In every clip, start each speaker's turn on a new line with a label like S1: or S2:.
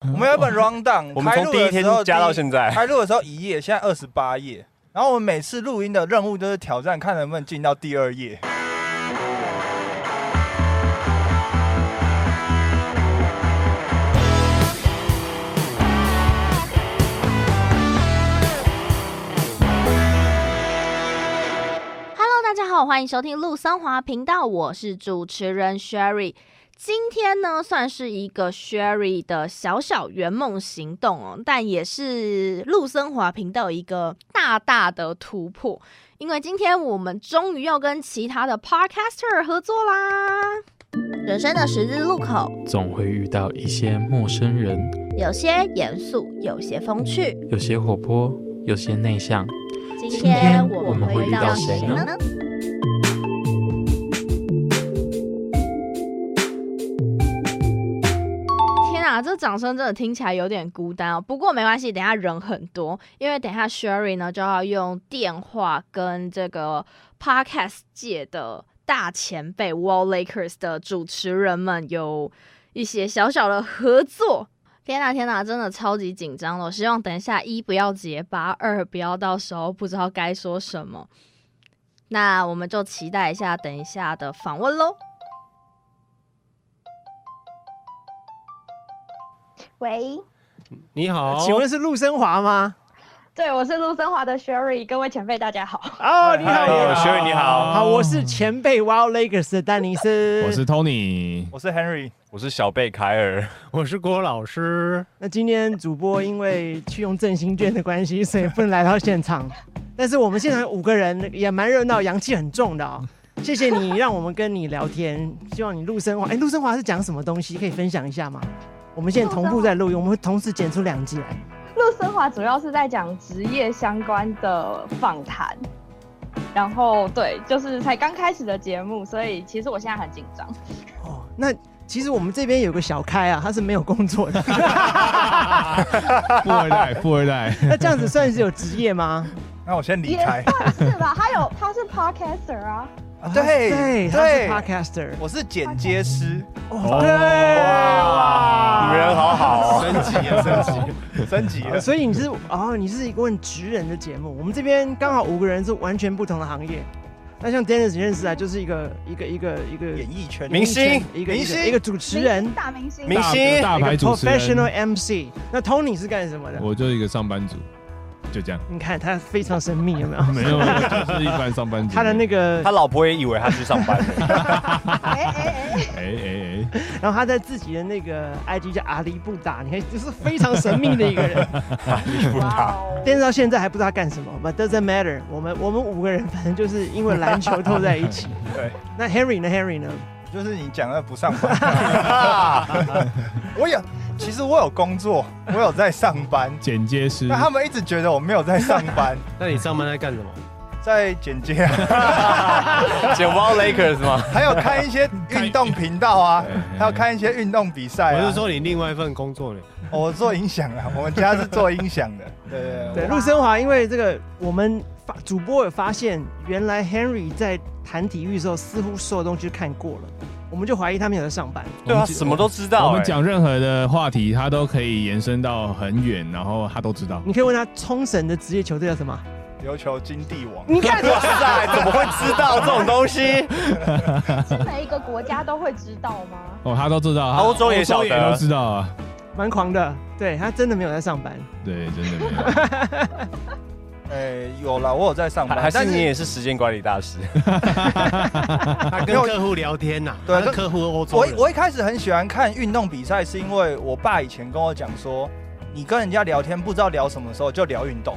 S1: 我们有一本 round down，
S2: 嗯 我们从第一天加到现在，
S1: 开录的时候一页，现在二十八页。然后我们每次录音的任务就是挑战，看能不能进到第二页。
S3: Hello，大家好，欢迎收听陆森华频道，我是主持人 Sherry。今天呢，算是一个 Sherry 的小小圆梦行动哦，但也是陆森华频道一个大大的突破，因为今天我们终于要跟其他的 Podcaster 合作啦。人生的十字路口，
S4: 总会遇到一些陌生人，
S3: 有些严肃，有些风趣。
S4: 有些活泼，有些内向。
S3: 今
S4: 天我们会遇到谁呢？
S3: 天啊，这掌声真的听起来有点孤单哦。不过没关系，等一下人很多，因为等一下 Sherry 呢就要用电话跟这个 Podcast 界的大前辈 Wall Lakers 的主持人们有一些小小的合作。天呐天呐，真的超级紧张的！我希望等一下一不要结巴，二不要到时候不知道该说什么。那我们就期待一下等一下的访问喽。
S5: 喂，
S6: 你好，
S7: 请问是陆生华吗？
S5: 对，我是陆森华的 Sherry，各位前辈大家好。
S6: 哎
S7: 哦，你好，
S2: Hello，
S7: 你
S2: 学
S7: 好，
S2: 伟你好，
S7: 好，我是前辈 Wild Lakers 的丹尼斯，
S8: 我是 Tony，
S1: 我是 Henry，
S2: 我是小贝凯尔，
S6: 我是郭老师。
S7: 那今天主播因为去用振兴券的关系，所以不能来到现场。但是我们现场有五个人也蛮热闹，阳气很重的哦。谢谢你让我们跟你聊天，希望你陆生华。哎，陆生华是讲什么东西？可以分享一下吗？我们现在同步在录音，我们会同时剪出两集来。
S5: 陆森华主要是在讲职业相关的访谈，然后对，就是才刚开始的节目，所以其实我现在很紧张。
S7: 哦，那其实我们这边有个小开啊，他是没有工作的。
S8: 富二代，富二代，
S7: 那这样子算是有职业吗？
S1: 那我先离
S5: 也
S1: 开。
S5: 算是吧，他有他是 podcaster 啊，
S1: 啊对
S7: 哦对，
S1: 对
S7: 他是 podcaster。
S1: 我是剪接师，
S7: 哦，
S2: 哇，你们人好好哦，
S1: 升级了，升级 了，升级了。
S7: 所以你是哦，你是一个问职人的节目。我们这边刚好五个人是完全不同的行业。那像 Dennis 认识啊，就是一个一个一个一个
S1: 演艺圈
S2: 明星
S7: 一个
S1: 明
S7: 一个
S1: 星
S7: 一个主持人，
S5: 大明 星，
S2: 明星
S8: 大大
S7: 一个
S8: 牌主持人
S7: professional MC。那 Tony 是干什么的？
S8: 我就一个上班族，就这样，
S7: 你看他非常神秘，有没有？
S8: 没有，没有就是一般上班族。
S7: 他的那个
S2: 他，老婆也以为他去上 班了，
S5: 哎哎哎，
S8: 哎哎哎，
S7: 然后他在自己的那个 IG 叫阿里布达，你看，就是非常神秘的一个人。
S2: 不打，
S5: 哦
S7: Dennis 到现在还不知道他干什么，But doesn't matter。我们我们五个人反 正就是因为篮球凑在一 起。
S1: 对，
S7: 那 Henry 呢？Henry 呢？
S1: 就是你讲的不上 班。我有，其实我有工作，我有在上班，
S2: 嗯
S8: 剪接师
S1: 但，他们一直觉得我没有在上 班，
S6: 那你上班在干什么？
S1: 在剪接啊，
S2: 剪包 Lakers 吗？
S1: 还有看一些运动频道啊，还有看一些运动比赛、啊。
S6: 我是说你另外一份工作呢？
S1: 哦，我做音响啊，我们家是做音响的。对对
S7: 对，
S1: 对
S7: 陆生华，因为这个我们发主播有发现，原来 Henry 在谈体育的时候，似乎所有东西都看过了，我们就怀疑他没有在上班。
S2: 对啊，什么都知道。
S8: 我们
S2: 哎
S8: 讲任何的话题，他都可以延伸到很远，然后他都知道。
S7: 你可以问他冲绳的职业球队叫什么？
S1: 我琉球金帝王，
S7: 你看，
S2: 哇塞， 怎么会知道这种东西？
S5: 是每一个国家都会知道吗？
S8: 哦，他都知道，他
S2: 欧洲也晓得
S8: 欧洲也都知道啊。
S7: 蛮狂的，对他真的没有在上班。
S8: 对，真的没有。
S1: 哎、有啦，我有在上班，
S2: 还是
S1: 但
S2: 你也是时间管理大师？
S6: 他跟客户聊天呐，
S1: 对
S6: 他跟客户欧洲
S1: 我
S6: 人。
S1: 我一开始很喜欢看运动比赛，是因为我爸以前跟我讲说，你跟人家聊天不知道聊什么时候就聊运动，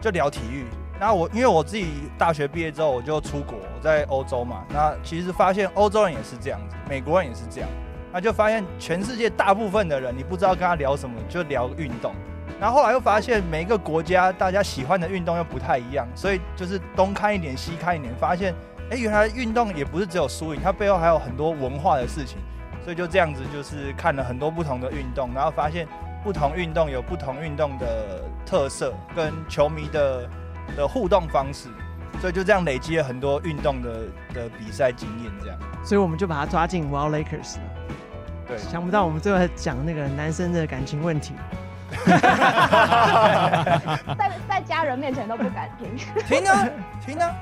S1: 就聊体育。那我因为我自己大学毕业之后我就出国，我在欧洲嘛，那其实发现欧洲人也是这样子，美国人也是这样，那就发现全世界大部分的人，你不知道跟他聊什么就聊运动。然后后来又发现每一个国家大家喜欢的运动又不太一样，所以就是东看一点西看一点，发现哎，原来运动也不是只有输赢，它背后还有很多文化的事情，所以就这样子，就是看了很多不同的运动，然后发现不同运动有不同运动的特色跟球迷的的互动方式，所以就这样累积了很多运动的的比赛经验，这样。
S7: 所以我们就把他抓进 Wild Lakers 了。
S1: 对，
S7: 想不到我们最后讲那个男生的感情问题，
S5: 在在家人面前都不敢听。
S1: 停啊，停啊，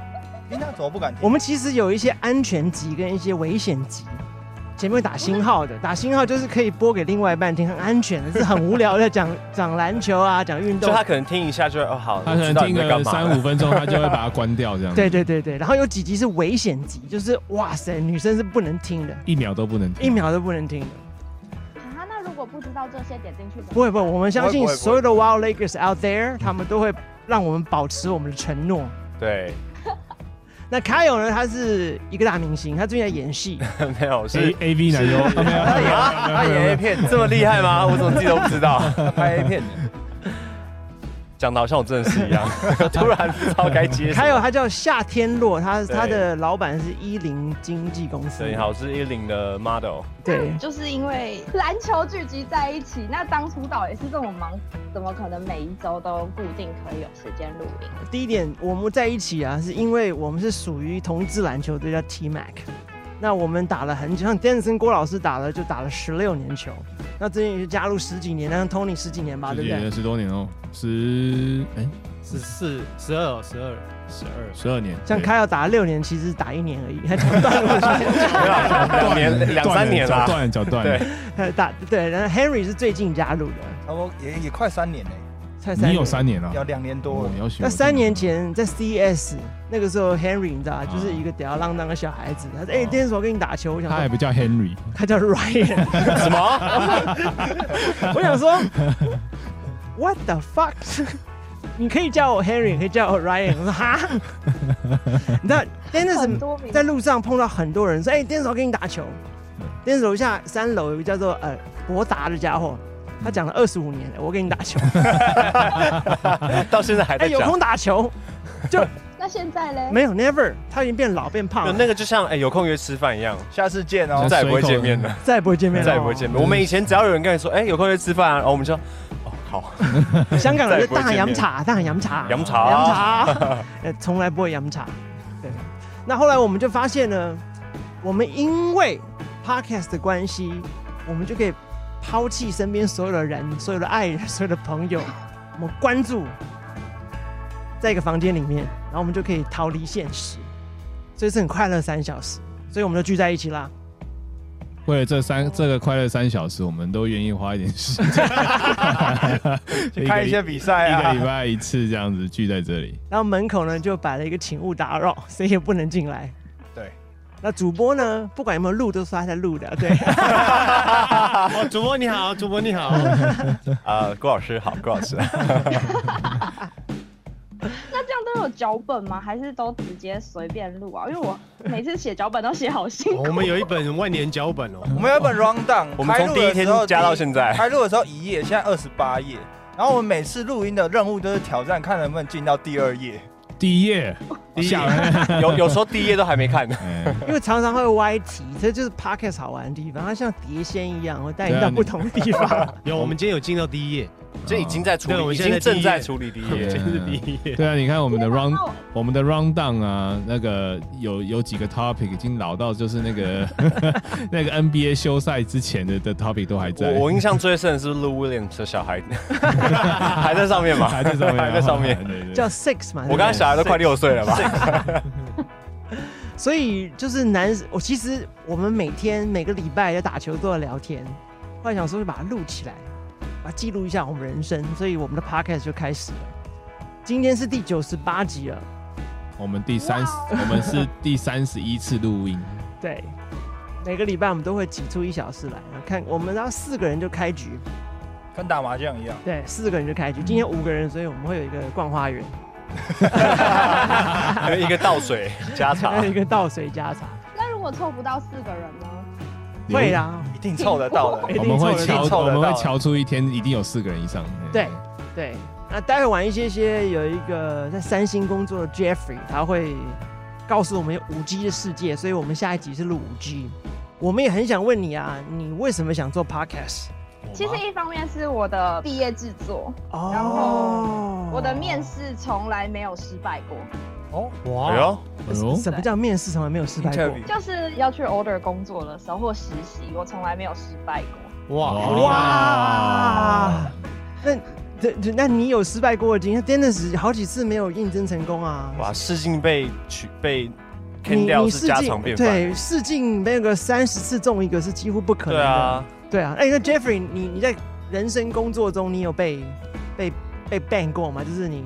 S1: 停啊，怎么不敢停？
S7: 我们其实有一些安全级跟一些危险级。前面打星号的，打星号就是可以播给另外一半听，很安全的，是很无聊的，讲讲篮球啊，讲运
S2: 就
S7: 动
S2: 他。可能听一下就哦好，
S8: 他可能
S2: 知道
S8: 听
S2: 你在干
S8: 个
S2: 嘛
S8: 三
S2: 了。
S8: 五分钟，他就会把它关掉，这样
S7: 对对对对，然后有几集是危险级，就是哇塞，女生是不能听的，
S8: 一秒都不能
S7: 一
S8: 听。
S7: 秒都不能听的。
S5: 啊，那如果不知道这些点进去怎
S7: 不
S5: 么？
S7: 会不会，我们相信
S1: 不会不会
S7: 所有的 Wild Lakers out there，他们都会让我们保持我们的承诺。
S2: 对，
S7: 那卡友呢，他是一个大明星，他最近在演戏，
S2: 没有
S8: A
S2: 是
S8: A V 男优，啊没有
S2: 他演他演 A 片这么厉害吗？我怎么自己都不知道？
S1: 拍 A 片的，
S2: 讲的好像我真的是一 样，突然不知道该接什
S7: 卡友
S2: 么。
S7: 他叫夏天洛，他
S2: 对
S7: 他的老板是一零经纪公司。
S2: 对，好，是一零的 model，
S7: 对
S5: 就是因为篮球聚集在一起，那当初导也是这么忙，怎么可能每一周都固定可以有时间录音？
S7: 第一点，我们在一起啊，是因为我们是属于同一支篮球队，叫 T Mac。那我们打了很久，像 Denson 郭老师打了就打了十六年球，那最近就加入十几年，那像 Tony 十几年吧，啊对不对？
S8: 也十多年哦，十哎
S6: 十四、十二、十二、十二。
S8: 十二年，
S7: 像
S8: 对
S7: 凯尔打了六年，其实打一年而已，他就断了。
S2: 没有两年两三年啦。
S8: 断了脚断了。
S7: 呃打对，然后 Henry 是最近加入的，
S1: 差不多也也快三年嘞，
S7: 才
S8: 你有三年了
S1: 要，两年多
S8: 哦
S1: 了
S8: 你。要学
S7: 那
S8: 我
S7: 三年
S8: 这个
S7: 前在 CS 那个时候，Henry 你知道吧，就是一个吊儿郎当的小孩子。他说：“哎、
S8: 哦
S7: d e n n i s 我跟你打球。”我想
S8: 他还
S7: 说
S8: 不叫 Henry，
S7: 他叫 Ryan，
S2: 什么？
S7: 我想说，What the fuck？你可以叫我 Henry，也可以叫我 Ryan。我说哈，你知道 Dennis
S5: 多名
S7: 在路上碰到很多人说：“哎、d e n n i s 我跟你打球。”Dennis 楼下三楼有个叫做呃博达的家伙，他讲了二十五年了，我跟你打 球。
S2: 到现在还
S7: 哎、
S2: 在
S7: 有
S2: 讲。
S7: 空打球？
S5: 那现在嘞？
S7: 没有，never。他已经变老变胖
S2: 有
S7: 了，
S2: 那个就像哎有空约吃饭一样，
S1: 下次见哦
S8: 那。
S2: 再也不会见面了，
S7: 再也不会见面了。
S2: 再也不会见面。我们以前只要有人跟你说哎有空约吃饭啊，然后我们就哦好，
S7: 香港人
S2: 再也
S7: 就
S2: 不
S7: 大
S2: 会见
S7: 洋
S2: 面
S7: 茶，大洋茶，
S2: 洋茶啊
S7: 洋茶，呃，从来不会洋茶。对，那后来我们就发现呢，我们因为 podcast 的关系，我们就可以抛弃身边所有的人、所有的爱人、所有的朋友，我们关注在一个房间里面，然后我们就可以逃离现实，所以是很快乐三小时，所以我们就聚在一起啦。
S8: 为了这三这个快乐三小时，我们都愿意花一点时 间，
S1: 去看一些比赛
S8: 一个礼
S1: 啊，
S8: 拜一次这样子聚在这里。
S7: 然后门口呢就摆了一个请勿打扰，谁也不能进来。
S1: 对。
S7: 那主播呢，不管有没有录，都说他在录的，对。
S6: 哦，主播你好，主播你好。
S2: 啊郭老师好，郭老师。
S5: 那这样都有脚本吗？还是都直接随便录啊？因为我每次写脚本都写好辛 苦。
S6: 我们有一本万年脚本哦，
S1: 我们有一本 round down，
S2: 我们从第一天加到现在，
S1: 开录的时候一页，现在二十八页。然后我们每次录音的任务都是挑战，看能不能进到第二页。
S8: 第一页，
S2: 第一
S8: 吓人
S2: 有有时候第一页都还没看呢。
S8: 哎
S7: 因为常常会歪题，这就是 podcast 好玩的地方，它像碟仙一样，会带你
S8: 对啊
S7: 到
S8: 你
S7: 不同的地方。
S6: 有我们今天有进到第一页，
S2: 这已经在处
S6: 对我
S2: 理，
S6: 们
S2: 已
S6: 现在
S2: 经正在
S6: 第一页
S2: 处理第一
S6: 今
S2: 页
S8: 对。
S6: 天是第一 页。
S8: 对啊，你看我们的 round
S5: 那我
S8: 我们的 round down 啊，那个有有几个 topic 已经老到就是那个 那个 NBA 休赛之前的的 topic 都还在，
S2: 我我印象最深的是 Lou Williams 的小孩，还在上面嘛？
S8: 还在上面啊，
S2: 还在上面。
S8: 对 对
S7: 叫
S8: 对，
S7: six 嘛，
S2: 我刚才小孩都快六岁了吧？
S7: 所以就是男，我其实我们每天每个礼拜要打球都要聊天，后来想说就把它录起来，把它记录一下我们人生，所以我们的 podcast 就开始了。今天是第九十八集了，
S8: 我们第三十，我们是第三十一次录音，
S7: 对，每个礼拜我们都会挤出一小时来，然后看我们然后四个人就开局，
S1: 跟打麻将一样，
S7: 对，四个人就开局，今天五个人，所以我们会有一个逛花园。
S2: 一个倒水加茶
S7: 还有，一个倒水加茶，
S5: 那如果凑不到四个人呢？
S7: 会啊啦，
S1: 一定凑得到的
S7: 一。
S8: 我
S7: 定
S8: 们
S7: 凑
S8: 会
S7: 得
S8: 瞧
S7: 到。
S1: 凑
S8: 我
S1: 得到
S8: 们会瞧出一天一定有四个人以上。
S7: 对对，那待会晚一些些，有一个在三星工作的 Jeffrey，他会告诉我们有五 G 的世界，所以我们下一集是录五 G。我们也很想问你啊，你为什么想做 podcast？
S5: 其实一方面是我的毕业制作，
S7: 哦
S5: 我的面试从来没有失败过，
S1: 哦，
S2: 哎
S6: 哇，
S2: 呦，
S8: 哎呦，
S7: 什么叫面试从来没有失败过？
S1: interview
S5: 就是要去 order 工作的时候或实习，我从来没有失败过。
S6: 哇，
S8: 哇
S6: 好厉害！
S7: 啊，那这这那你有失败过的经验？真的是好几次没有应征成功啊！
S2: 哇，试镜被取被
S7: 你
S2: can 掉
S7: 你
S2: 是
S7: 试
S2: 家常
S7: 镜
S2: 便饭。
S7: 对试镜那个三十次中一个是几乎不可能
S2: 对
S7: 的。
S2: 啊，
S7: 对啊，哎、那 Jeffrey，你你在人生工作中，你有被被被 ban 过吗？就是你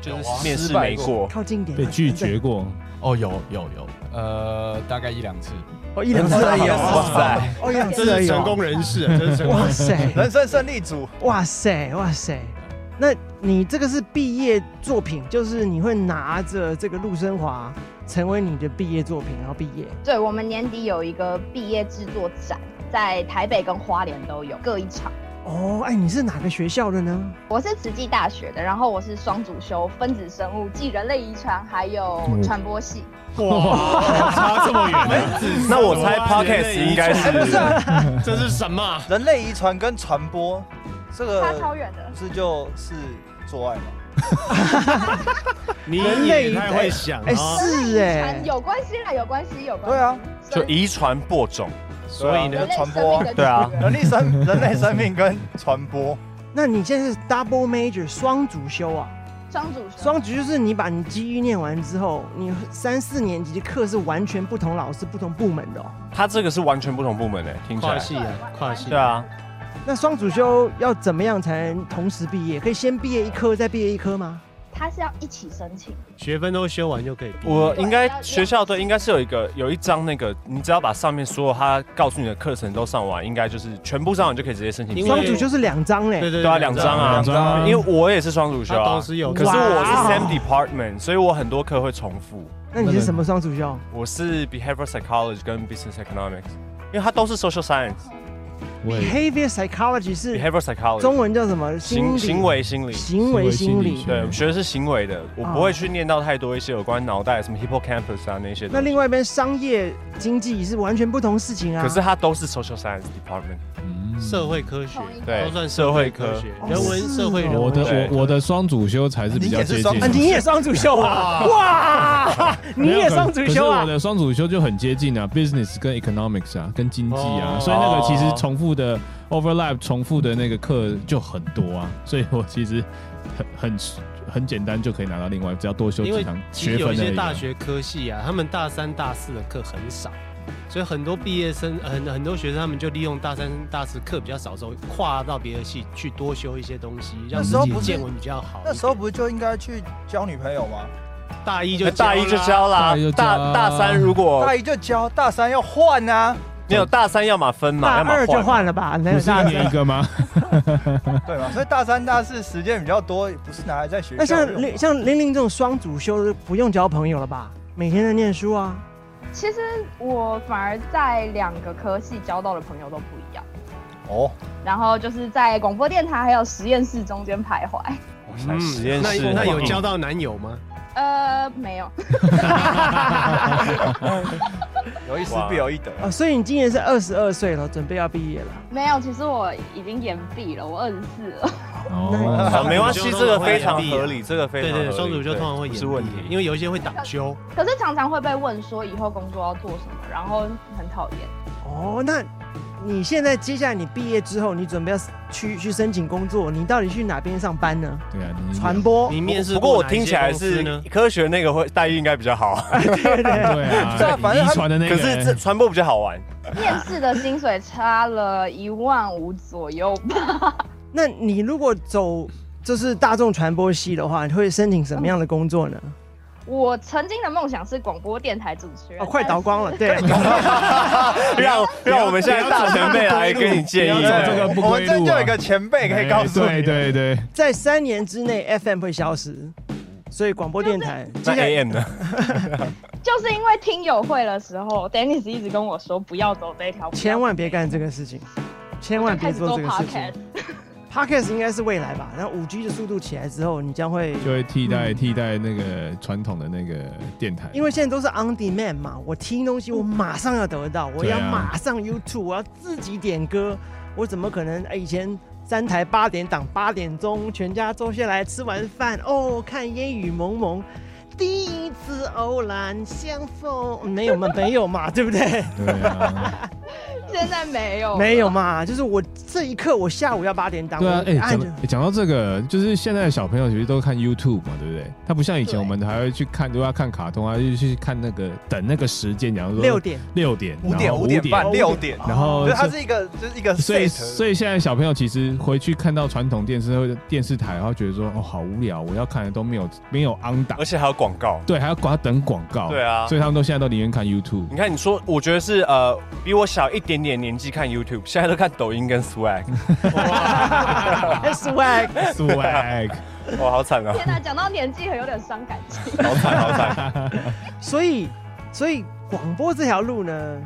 S2: 就是面试没过，
S7: 靠近一点
S8: 被拒绝，过，
S9: 哦，有有有，呃，大概一两次。
S7: 哦一两次而已、哦，
S2: 哇塞，
S7: 哦一两
S6: 这
S7: 次而
S6: 是
S7: 已、
S6: 成
S7: 哦，
S6: 功人士，这是成功
S7: 哇
S6: 人士。
S7: 塞，
S1: 人生胜利组，
S7: 哇塞，哇塞，那你这个是毕业作品，就是你会拿着这个陆生华成为你的毕业作品，然后毕业。
S5: 对我们年底有一个毕业制作展，在台北跟花莲都有各一场。
S7: 哦，哎，你是哪个学校的呢？
S5: 我是慈济大学的，然后我是双主修分子生物暨人类遗传还有
S8: 嗯
S5: 传播系。
S6: 哇，差这么远啊！
S2: 那我猜 podcast 应该
S1: 哎，不是、
S2: 是
S1: 啊，
S6: 这是什么啊？
S1: 人类遗传跟传播，这
S5: 差
S1: 个
S5: 超远的
S1: 不。是就是做爱吗？
S6: 你
S7: 人类
S6: 也太会想
S7: 哎，
S6: 啊！
S7: 是哎
S5: 传，呃有关系啦，有关系，有关系。
S1: 对啊，
S2: 就遗传播种，
S1: 所以
S5: 人类
S1: 传
S5: 生
S1: 播
S5: 命的起源，
S2: 对啊
S1: 啊人类 生人类生命跟传播，
S7: 那你现在是 double major 双主修啊？
S5: 双主修
S7: 双主就是你把你基一念完之后，你三四年级的课是完全不同老师、不同部门的、哦。
S2: 它这个是完全不同部门诶，听起
S6: 跨
S2: 来。
S6: 系啊，跨系
S2: 对。啊，
S7: 那双主修要怎么样才能同时毕业？可以先毕业一科，再毕业一科吗？
S5: 他是要一起申请。
S6: 学分都修完就可以毕业。
S2: 我
S5: 对
S2: 应该
S5: 要
S2: 学校对应该是有一个有一张那个，你只要把上面所有他告诉你的课程都上完，应该就是全部上完就可以直接申请
S6: 因为
S2: 毕业。
S7: 双主修是两张欸嘞
S6: 对，对
S2: 对啊，两张啊，
S8: 两张啊
S2: 因为我也是双主修
S6: 他
S2: 啊
S6: 都，是有。
S2: 可是我是
S7: 哇
S2: SAM department，所以我很多课会重复。
S7: 那你是什么双主修？
S2: 我是 behavior psychology 跟 business economics，因为它都是 social science。
S8: 我也
S7: Behavior psychology 是
S2: behavior psychology
S7: 中文叫什么？
S2: 行
S7: 理
S2: 行为心理。
S7: 行为心
S8: 行为心
S7: 理
S8: 理。
S2: 对，我学的是行为的，我
S7: 哦
S2: 不会去念到太多一些有关脑袋什么 hippocampus 啊那些东西。
S7: 那另外一边商业经济是完全不同事情啊。
S2: 可是它都是 social science department。
S8: 嗯
S6: 社会科学
S5: 同一，
S2: 对
S6: 都算
S2: 社会
S6: 科学
S7: 科，
S6: 人文
S7: 哦
S6: 社会
S7: 是哦
S6: 人
S8: 我
S6: 文学。
S8: 的我我的双主修才是比较
S1: 你也
S8: 接
S1: 是双
S8: 近
S7: 啊，
S8: 的
S1: 主修。
S7: 你也双主修啊！哇，你
S8: 没有
S7: 也
S8: 可
S7: 双主修
S8: 可是
S7: 啊
S8: 我！的双主修就很接近啊，business 跟 economics 啊，跟经济啊，
S6: 哦
S8: 所以那个其实重复的 overlap 重复的那个课就很多啊，所以我其实很很很简单就可以拿到另外，只要多修
S6: 因
S8: 几
S6: 为
S8: 堂
S6: 其
S8: 学
S6: 实有
S8: 分
S6: 一
S8: 而
S6: 些
S8: 已啊
S6: 大。学科系啊，他们大三、大四的课很少，所以很多毕业生、呃很很多学生，他们就利用大三、大四课比较少的时候，跨到别的系去多修一些东西，让
S1: 那
S6: 自
S1: 时候
S6: 己
S1: 不是
S6: 见闻比较好一点。
S1: 那时候不是就应该去交女朋友吗？
S6: 大一就
S2: 哎大一就
S6: 啦，
S2: 教啦
S8: 大一就，教
S2: 大
S8: 啊
S2: 大三如果
S1: 大一就交，大三要换啊。
S2: 没有大三，要么分嘛，
S7: 大
S2: 要么
S7: 二就
S2: 换嘛。
S7: 换了吧，能
S8: 不
S7: 有
S8: 是
S7: 大
S8: 一
S7: 三
S8: 年一 个吗？
S1: 对嘛？所以大三、大四时间比较多，不是拿来在学校
S7: 那哎像
S1: 用
S7: 玲像玲玲这种双主修的，不用交朋友了吧？每天在念书啊。
S5: 其实我反而在两个科系交到的朋友都不一样，
S1: 哦，
S5: 然后就是在广播电台还有实验室中间徘徊。
S2: 哇塞实验室
S6: 嗯那那有
S2: 很硬
S6: 交到男友吗？
S5: 呃，没有，
S1: 有一失
S2: 哇
S1: 必有一得。
S7: 啊，所以你今年是二十二岁了，准备要毕业了。
S5: 没有。其实我已经延毕了，我二十四了。
S8: 哦，
S2: 好，没关系，这个非常合理，这个非
S6: 对
S2: 常合理。
S6: 对，双主修通常会
S2: 不
S6: 延
S2: 是问
S6: 毕
S2: 题，
S6: 因为有一些会党修。
S5: 可是常常会被问说以后工作要做什么，然后很讨厌。
S7: 哦，那你现在接下来你毕业之后，你准备要去去申请工作，你到底去哪边上班呢？
S8: 对啊，你
S7: 传播，
S6: 你面试
S2: 不过我
S6: 哪一些
S2: 听起来
S6: 公司
S2: 是
S6: 呢，
S2: 科学那个会待遇应该比较好，啊
S8: 对
S1: 是啊
S8: 啊，
S1: 反正他
S8: 遗传的那个
S2: 可是这传播比较好玩。
S5: 面试的薪水差了一万五左右吧，
S7: 那你如果走就是大众传播系的话，你会申请什么样的工作呢？
S5: 我曾经的梦想是广播电台主持人，
S7: 哦，快倒光了，对啊，
S2: 让让我们现在大前辈来给你建
S8: 不
S2: 议
S8: 要。哎走这个不
S1: 我们
S8: 归路啊
S1: 这就有一个前辈可以告诉
S8: 哎
S1: 你，
S8: 对对对，
S7: 在三年之内 FM 会消失，所以广播电台
S2: 那
S7: 接下来
S2: AM 呢？
S5: 就是因为听友会的时候，Dennis 一直跟我说不要走这条，
S7: 千万别干这个事情，千
S5: 我
S7: 万
S5: 就
S7: 别
S5: 开始
S7: 做
S5: 做
S7: 这个事情
S5: podcast。。
S7: Podcast 应该是未来吧，然后五 G 的速度起来之后，你将会
S8: 就会替代替代那个传统的那个电台，
S7: 因为现在都是 on demand 嘛，我听东西我马上要得到，我
S8: 嗯对
S7: 要
S8: 啊
S7: 马上 YouTube，我要自己点歌，我怎么可能？哎，以前三台八点档八点钟，全家坐下来吃完饭，哦，看烟雨蒙蒙。第一次偶然相逢，没有 嘛，没有嘛，对不对？
S8: 对啊，
S5: 现在没有，
S7: 没有，嘛，就是我这一刻，我下午要八点档，
S8: 哦对啊，
S7: 我
S8: 哎、
S7: 按
S8: 讲
S7: 着
S8: 到讲到这个，就是现在的小朋友其实都看 YouTube 嘛，对不对？他不像以前我们还会去看，都要看卡通啊，就去看那个等那个时间，假如说
S7: 六 点，
S8: 六点，
S1: 五点
S8: 然后
S1: 五
S8: 五
S1: 点半
S7: 哦
S1: 六点，
S8: 然后
S1: 就是它
S8: 这
S1: 是一个就是一个
S8: 所以
S1: set，
S8: 所以现在小朋友其实回去看到传统电视会电视台，然后觉得说哦好无聊，我要看的都没有没有 on 档
S2: 而，且还有广告。
S8: 对，还要挂等广告，
S2: 对啊
S8: 所以他们都现在都宁愿看 YouTube。
S2: 你看，你说，我觉得是呃，比我小一点点年纪看 YouTube，现在都看抖音跟 Swag，
S7: 哎 swag，
S8: Swag，
S2: 哇，好惨啊，
S5: 天哪，讲到年纪很有点伤感情。
S2: 好惨，好惨。
S7: 所以所以广播这条路呢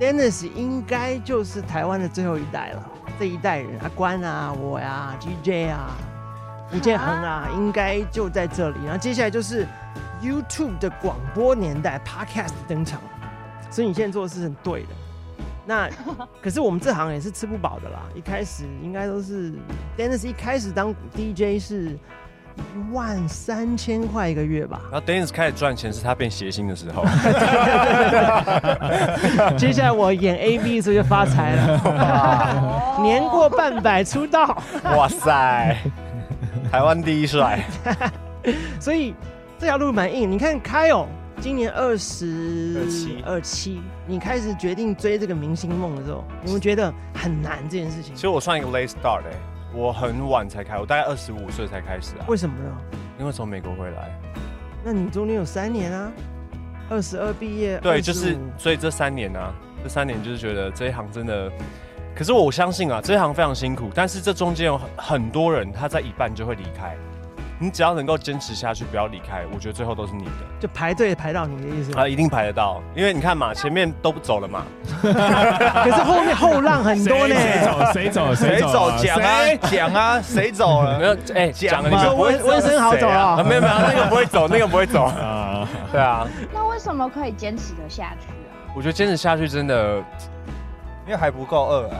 S7: ，Dennis 应该就是台湾的最后一代了，这一代人，阿关啊，我呀、DJ 啊，吴建衡啊，应该就在这里。然后接下来就是 YouTube 的广播年代，Podcast 登场，所以你现在做的是很对的。那可是我们这行也是吃不饱的啦，一开始应该都是 Dennis 一开始当 DJ 是一万三千块一个月吧。
S2: 然后 Dennis 开始赚钱是他变谐星的时候，
S7: 接下来我演 A B 时候就发财了，年过半百出道，
S2: 哇塞，台湾第一帅，
S7: 所以这条路蛮硬。你看 Kyle 今年二十
S2: 27
S7: 二七，你开始决定追这个明星梦的时候，你们觉得很难这件事情
S2: 其，实我算一个 late start 哎、我很晚才开，我大概二十五岁才开始啊，
S7: 为什么呢？
S2: 因为从美国回来，
S7: 那你中间有三年啊，二十二毕业，
S2: 对，就是
S7: 25
S2: 所以这三年啊，这三年就是觉得这一行真的，可是我相信啊，这一行非常辛苦，但是这中间有很很多人他在一半就会离开，你只要能够坚持下去，不要离开，我觉得最后都是你的
S7: 就排队排到你的意思。
S2: 啊，一定排得到，因为你看嘛，前面都不走了嘛，
S7: 可是后面后浪很多呢。
S8: 谁走谁走
S1: 谁
S8: 走
S1: 走讲啊讲啊，谁走
S2: 没
S1: 了？
S2: 有哎，讲了你
S1: 讲
S2: 们
S1: 吧
S2: 不会
S7: 温温森豪走
S2: 谁啊
S7: 了，
S2: 没有没有，那个不会走，那个不会走，
S8: 啊？
S2: 对啊，
S5: 那为什么可以坚持的下去啊？
S2: 我觉得坚持下去真的
S1: 因为还不够饿啊。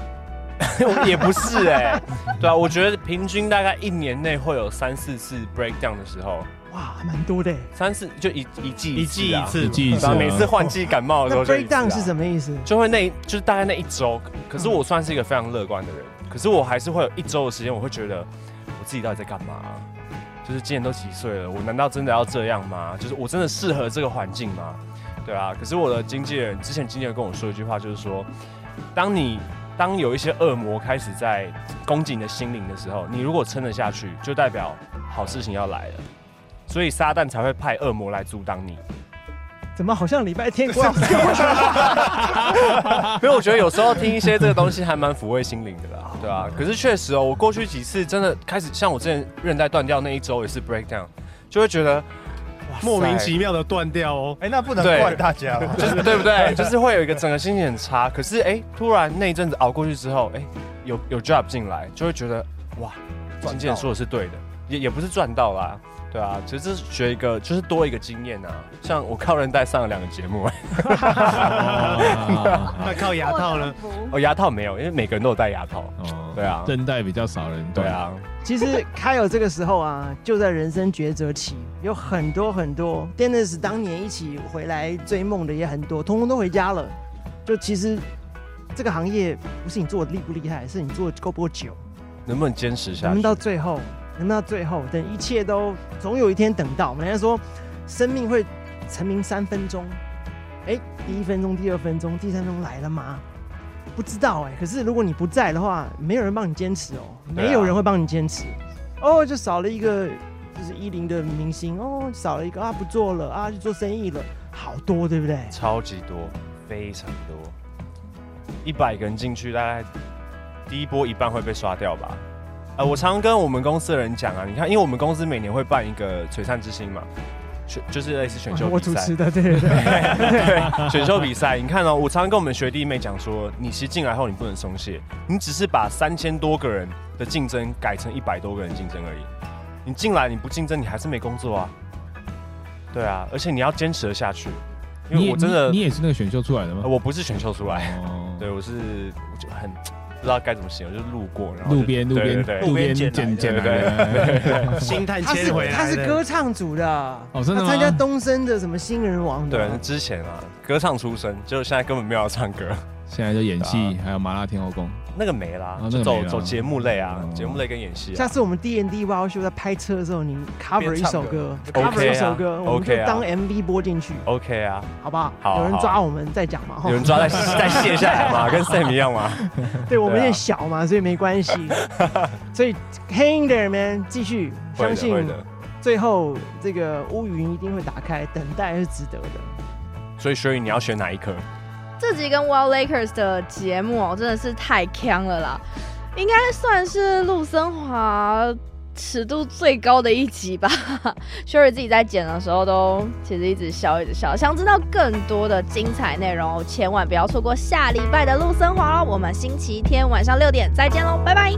S2: 也不是哎、对啊，我觉得平均大概一年内会有三四次 breakdown 的时候，
S7: 哇，蛮多的。
S2: 三四就一一季
S6: 一季一
S2: 啊
S6: 次
S8: 一
S6: 嘛，
S8: 季一次
S2: 然
S8: 啊，
S2: 后每次换季感冒的时
S7: 那
S2: 候就一次啊
S7: breakdown 是什么意嗯思？
S2: 就会那一就是大概那一周。可是我算是一个非常乐观的人，可是我还是会有一周的时间，我会觉得我自己到底在干嘛、就是今年都几岁了，我难道真的要这样吗？就是我真的适合这个环境吗？对啊。可是我的经纪人之前经纪人跟我说一句话，就是说，当你当有一些恶魔开始在攻击你的心灵的时候，你如果撑得下去，就代表好事情要来了。所以撒旦才会派恶魔来阻挡你。
S7: 怎么好像礼拜天过来？
S2: 因为我觉得有时候听一些这个东西还蛮抚慰心灵的啦，对啊。可是确实哦，我过去几次真的开始，像我之前韧带断掉那一周也是 breakdown，就会觉得
S6: 莫名其妙的断掉哦。
S1: 哎，那不能
S2: 对
S1: 怪大家哦。
S2: 就是对不对？就是会有一个整个心情很差。可是哎、突然那一阵子熬过去之后，哎、有有 job 进来，就会觉得哇，经纪人说的是对的，也也不是赚到啦。对啊，其实这是学一个，就是多一个经验啊。像我靠韧带上了两个节目，
S8: 哦
S6: 那靠牙套呢？
S5: 我懂不？
S2: 哦，牙套没有，因为每个人都有戴牙套。
S8: 哦
S2: 对啊
S8: 韧带比较少人
S2: 对
S8: 断，
S2: 啊，
S7: 其实开有这个时候啊，就在人生抉择期，有很多很多。Dennis 当年一起回来追梦的也很多，通通都回家了。就其实这个行业不是你做的厉不厉害，是你做的够不够久，
S2: 能不能坚持
S7: 能
S2: 下
S7: 不
S2: 去？
S7: 能到最后，能不能到最后，等一切都总有一天等到。我们人家说，生命会成名三分钟，哎，第一分钟、第二分钟、第三分钟来了吗？不知道哎、可是如果你不在的话，没有人帮你坚持哦，
S2: 对啊
S7: 没有人会帮你坚持。哦，就少了一个，就是一零的明星哦，少了一个啊，不做了啊，去做生意了，好多对不对？
S2: 超级多，非常多。一百个人进去，大概第一波一半会被刷掉吧。呃，我常跟我们公司的人讲啊，你看，因为我们公司每年会办一个璀璨之星嘛，选就是类似选秀
S7: 哦我
S2: 比
S7: 主
S2: 赛
S7: 持，的，对对 对，
S2: 对，选秀比赛。你看哦，我常跟我们学弟妹讲说，你其实进来后你不能松懈，你只是把三千多个人的竞争改成一百多个人竞争而已。你进来你不竞争，你还是没工作啊。对啊，而且你要坚持的下去，因
S8: 你
S2: 为
S8: 也
S2: 我真的
S8: 你你也是那个选秀出来的
S2: 呃
S8: 吗？
S2: 我不是选秀出来，
S8: 哦
S2: 对，我是我就很不知道该怎么形容，就是路过，然后就
S8: 路边路
S2: 对
S8: 边
S2: 对对
S8: 路边
S1: 路边捡
S8: 捡捡来
S2: 来的
S8: 的，
S6: 星探
S7: 他是
S6: 切回来
S7: 他是
S6: 的
S7: 歌唱组的，
S8: 哦真的
S7: 他参加
S8: 吗
S7: 东升的什么新人王的，
S2: 对，之前啊，歌唱出身，就是现在根本没有要唱歌，
S8: 现在就演戏，
S2: 啊
S8: 还有麻辣天后宫，
S2: 那个没啦
S8: 哦，那
S2: 就
S8: 个
S2: 走
S8: 没啦
S2: 走节目类啊
S8: 哦，
S2: 节目类跟演戏啊
S7: 下。次我们 D N D 哇秀在拍车的时候，你 cover
S1: 边
S7: 一
S1: 唱
S7: 首歌
S1: 歌
S7: ，cover
S2: OK 啊
S7: 一首歌，我们就
S2: OK 啊
S7: 当 M V 播进去，
S2: OK 啊，
S7: 好不好？
S2: 好
S7: 有人
S2: 好
S7: 抓我们再讲嘛，哈
S2: 有。人抓再再卸下来嘛，跟 Sam 一样嘛。
S7: 对我们
S2: 对
S7: 有
S2: 啊
S7: 点小嘛，所以没 关系。所以 hang there man，继续，
S2: 会的
S7: 相
S2: 会
S7: 信
S2: 的。
S7: 最后这个乌云一定会打开，等待是值得的。
S2: 所以所以你要选哪一科？
S3: 这集跟 Wild Lakers 的节目哦真的是太强了啦，应该算是陆森华尺度最高的一集吧。Sherry 自己在剪的时候都其实一直笑，一直笑。想知道更多的精彩内容哦，千万不要错过下礼拜的陆森华哦。我们星期天晚上六点再见喽，拜拜。